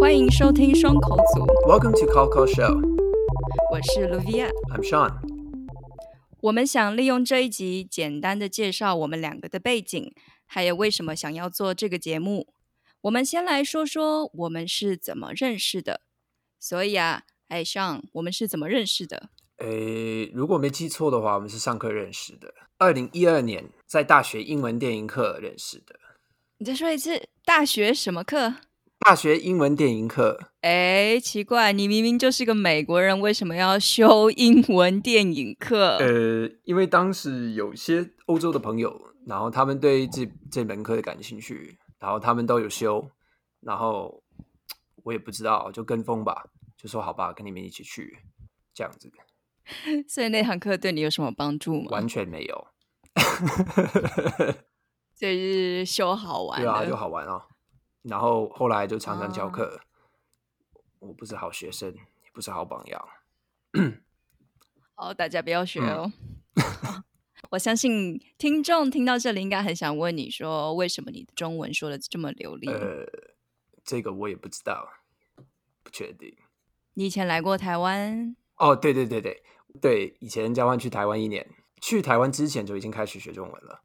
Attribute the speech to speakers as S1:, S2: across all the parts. S1: 欢迎收听双口组，
S2: Welcome to Coco Show.
S1: 我是 l u v i a
S2: I'm Sean.
S1: 我们想利用这一集简单的介绍我们两个的背景，还有为什么想要做这个节目。我们先来说说我们是怎么认识的。所以啊，哎，上我们是怎么认识的？
S2: 诶，如果没记错的话，我们是上课认识的。二零一二年在大学英文电影课认识的。
S1: 你再说一次，大学什么课？
S2: 大学英文电影课，
S1: 哎，奇怪，你明明就是个美国人，为什么要修英文电影课？
S2: 呃，因为当时有些欧洲的朋友，然后他们对这这门课感兴趣，然后他们都有修，然后我也不知道，就跟风吧，就说好吧，跟你们一起去，这样子
S1: 所以那堂课对你有什么帮助吗？
S2: 完全没有，
S1: 就是修好玩
S2: 对
S1: 的，
S2: 啊，就好玩哦。然后后来就常常翘
S1: 啊
S2: 课，我不是好学生，也不是好榜样。
S1: 好，大家不要学
S2: 嗯
S1: 哦。我相信听众听到这里，应该很想问你说，为什么你的中文说的这么流利？
S2: 呃，这个我也不知道，不确定。
S1: 你以前来过台湾，
S2: 哦，对对对对对，以前交换去台湾一年，去台湾之前就已经开始学中文了，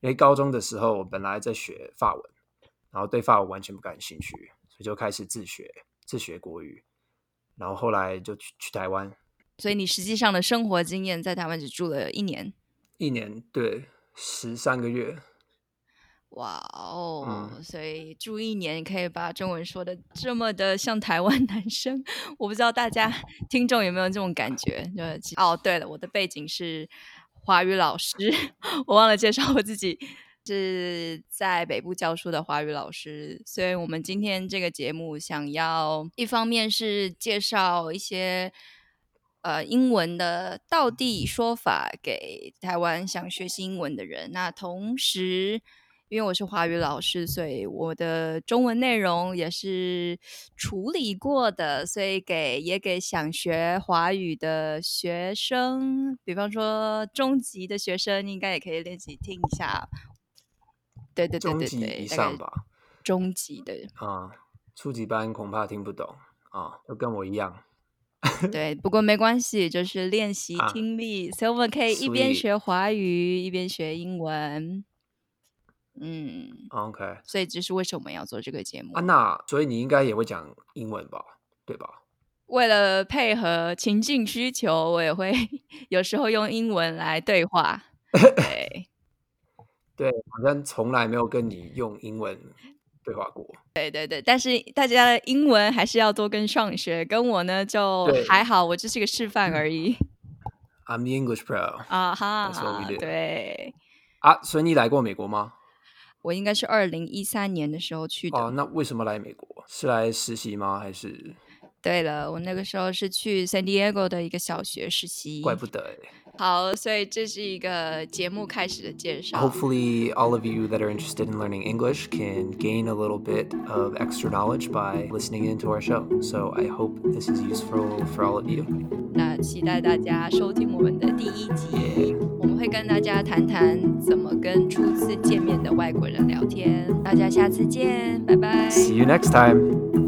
S2: 因为高中的时候我本来在学法文，然后对法文完全不感兴趣，所以就开始自学自学国语，然后后来就去去台湾
S1: 所以你实际上的生活经验在台湾只住了一年。
S2: 一年，对，十三个月。
S1: 哇哦！
S2: 嗯
S1: 所以住一年可以把中文说的这么的像台湾男生，我不知道大家听众有没有这种感觉？就是其哦，对了，我的背景是华语老师， 我忘了介绍我自己，是在北部教书的华语老师。所以我们今天这个节目想要一方面是介绍一些。呃，英文的道地说法给台湾想学习英文的人。那同时，因为我是华语老师，所以我的中文内容也是处理过的，所以给也给想学华语的学生，比方说中级的学生，应该也可以练习听一下。对对对
S2: 中
S1: 对
S2: 级
S1: 对，
S2: 以
S1: 大概
S2: 上吧，
S1: 中级的，
S2: 啊、初级班恐怕听不懂啊、就跟我一样。
S1: 对，不过没关系，就是练习
S2: 啊
S1: 听力，所以我们可以一边
S2: sweet
S1: 学华语，一边学英文。嗯，
S2: OK，
S1: 所以这是为什么我们要做这个节目。
S2: 安娜，所以你应该也会讲英文吧？对吧？
S1: 为了配合情境需求，我也会 有时候用英文来对 话。对，
S2: 对，好像从来没有跟你用英文对话过。
S1: 对对对，但是大家的英文还是要多跟上学，跟我呢就
S2: 对嗯
S1: 还好，我只是个示范而已
S2: I'm the English pro
S1: 啊哈
S2: That's what we。do
S1: 对，
S2: 啊，所以你来过美国吗？
S1: 我应该是二零一三年的时候去的。
S2: 哦，那为什么来美国？是来实习吗？还是
S1: 对了，我那个时候是去 San Diego 的一个小学实习。
S2: 怪不得欸、
S1: 好，所以这是一个节目开始的介绍。
S2: Hopefully, all of you that are interested in learning English can gain a little bit of extra knowledge by listening into our show. So I hope this is useful for all of you.
S1: 那期待大家收听我们的第一集，我们会跟大家谈谈怎么跟初次见面的外国人聊天。大家下次见，拜拜。
S2: See you next time.